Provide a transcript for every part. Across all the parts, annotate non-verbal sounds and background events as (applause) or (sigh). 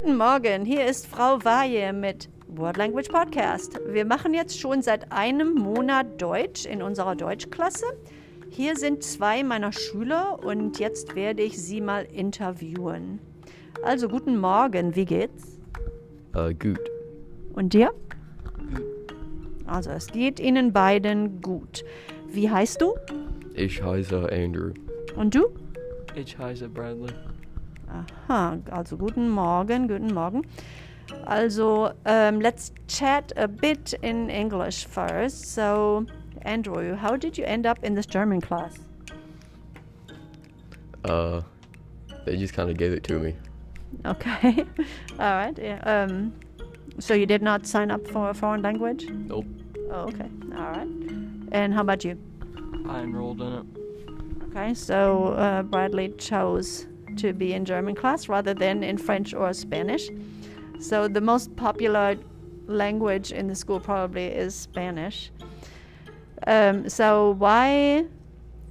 Guten Morgen, hier ist Frau Waje mit World Language Podcast. Wir machen jetzt schon seit einem Monat Deutsch in unserer Deutschklasse. Hier sind zwei meiner Schüler und jetzt werde ich sie mal interviewen. Also guten Morgen, wie geht's? Äh, gut. Und dir? Also es geht Ihnen beiden gut. Wie heißt du? Ich heiße Andrew. Und du? Ich heiße Bradley. Aha, also guten Morgen, guten Morgen. Also, um, let's chat a bit in English first. So, Andrew, how did you end up in this German class? (laughs) Uh, they just kind of gave it to me. Okay, (laughs) all right. Yeah. Um, so you did not sign up for a foreign language? Nope. Oh, okay, all right. And how about you? I enrolled in it. Okay, so uh, Bradley chose to be in German class rather than in French or Spanish. So the most popular language in the school probably is Spanish. Um, so why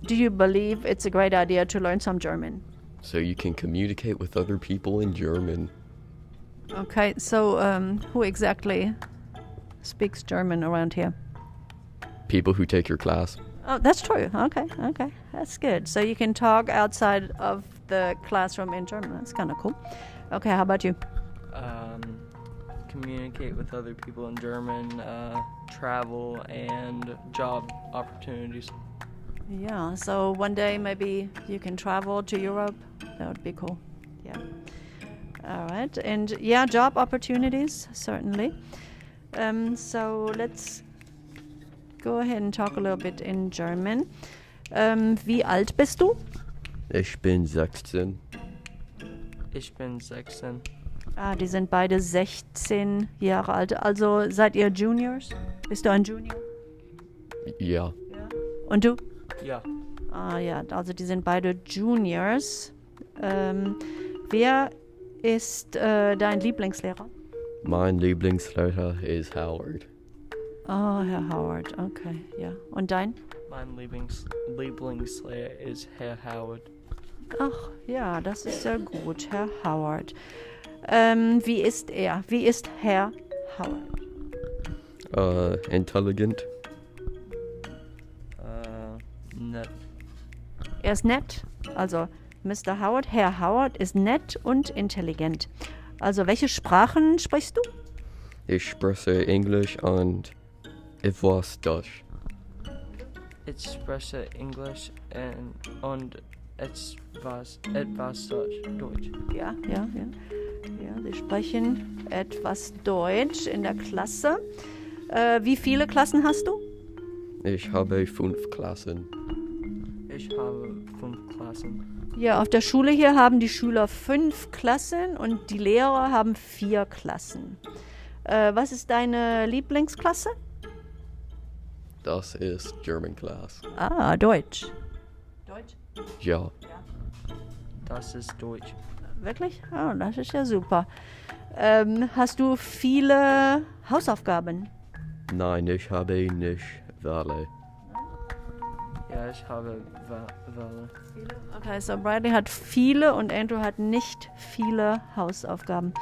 do you believe it's a great idea to learn some German? So you can communicate with other people in German. Okay, so um, who exactly speaks German around here? People who take your class. Oh, that's true. Okay, okay. That's good. So you can talk outside of the classroom in German. That's kind of cool. Okay, how about you? Um, communicate with other people in German, uh, travel, and job opportunities. Yeah, so one day maybe you can travel to Europe. That would be cool. Yeah. All right. And yeah, job opportunities, certainly. Um, so let's go ahead and talk a little bit in German. Um, wie alt bist du? Ich bin 16. Ich bin 16. Ah, die sind beide 16 Jahre alt. Also seid ihr Juniors? Bist du ein Junior? Yeah. Und du? Ja. Ah ja, also die sind beide Juniors. Ähm, wer ist äh, dein Lieblingslehrer? Mein Lieblingslehrer is Howard. Oh, Herr Howard, okay, ja. Und dein? Mein Lieblings Lieblingslehrer ist Herr Howard. Ach ja, das ist ja gut, Herr Howard. Ähm, wie ist er? Wie ist Herr Howard? Uh, intelligent. Uh, nett. Er ist nett. Also Mr. Howard, Herr Howard ist nett und intelligent. Also welche Sprachen sprichst du? Ich spreche Englisch und etwas Deutsch. Ich spreche Englisch and, und etwas, etwas Deutsch. Deutsch. Ja, ja, ja. Ja, sie sprechen etwas Deutsch in der Klasse. Äh, wie viele Klassen hast du? Ich habe fünf Klassen. Ich habe fünf Klassen. Ja, auf der Schule hier haben die Schüler fünf Klassen und die Lehrer haben vier Klassen. Äh, was ist deine Lieblingsklasse? Das ist German Class. Ah, Deutsch. Deutsch? Ja. Das ist Deutsch. Wirklich? Ah, das ist ja super. Ähm, hast du viele Hausaufgaben? Nein, ich habe nicht Welle. Ja, ich habe Wa- Welle. Okay, so Bradley hat viele und Andrew hat nicht viele Hausaufgaben.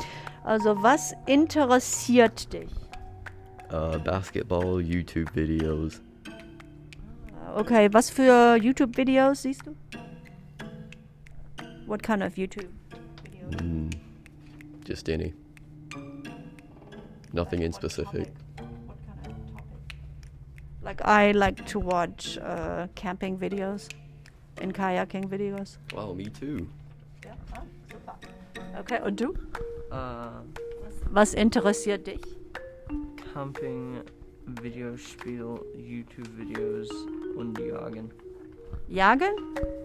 Also, was interessiert dich? Uh, basketball YouTube videos. Okay, was für YouTube-Videos siehst du? What kind of YouTube? Mm, just any. Nothing in specific. Like I like to watch uh, camping videos and kayaking videos. Wow, me too. Okay, und du? Uh, Was interessiert dich? Camping, Videospiel, YouTube-Videos und Jagen. Jagen?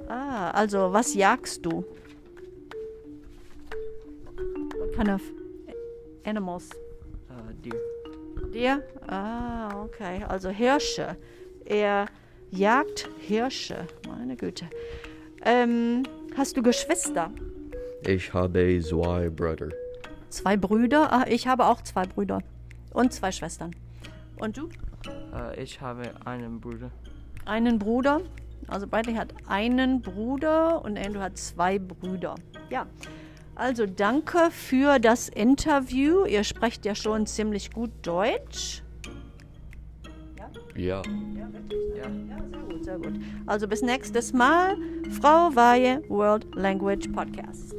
Ah, also was jagst du? What kind of a- animals? Uh, Deer. Deer? Ah, okay. Also Hirsche. Er jagt Hirsche. Meine Güte. Ähm, hast du Geschwister? Ich habe zwei Brüder. Zwei Brüder? Ah, ich habe auch zwei Brüder. Und zwei Schwestern. Und du? Uh, ich habe einen Bruder. einen Bruder. Also Bradley hat einen Bruder und Andrew hat zwei Brüder. Ja. Also danke für das Interview. Ihr sprecht ja schon ziemlich gut Deutsch. Yeah. Ja, wirklich. Ja. Ja, sehr gut, sehr gut. Also bis nächstes Mal, Frau Weihe World Language Podcast.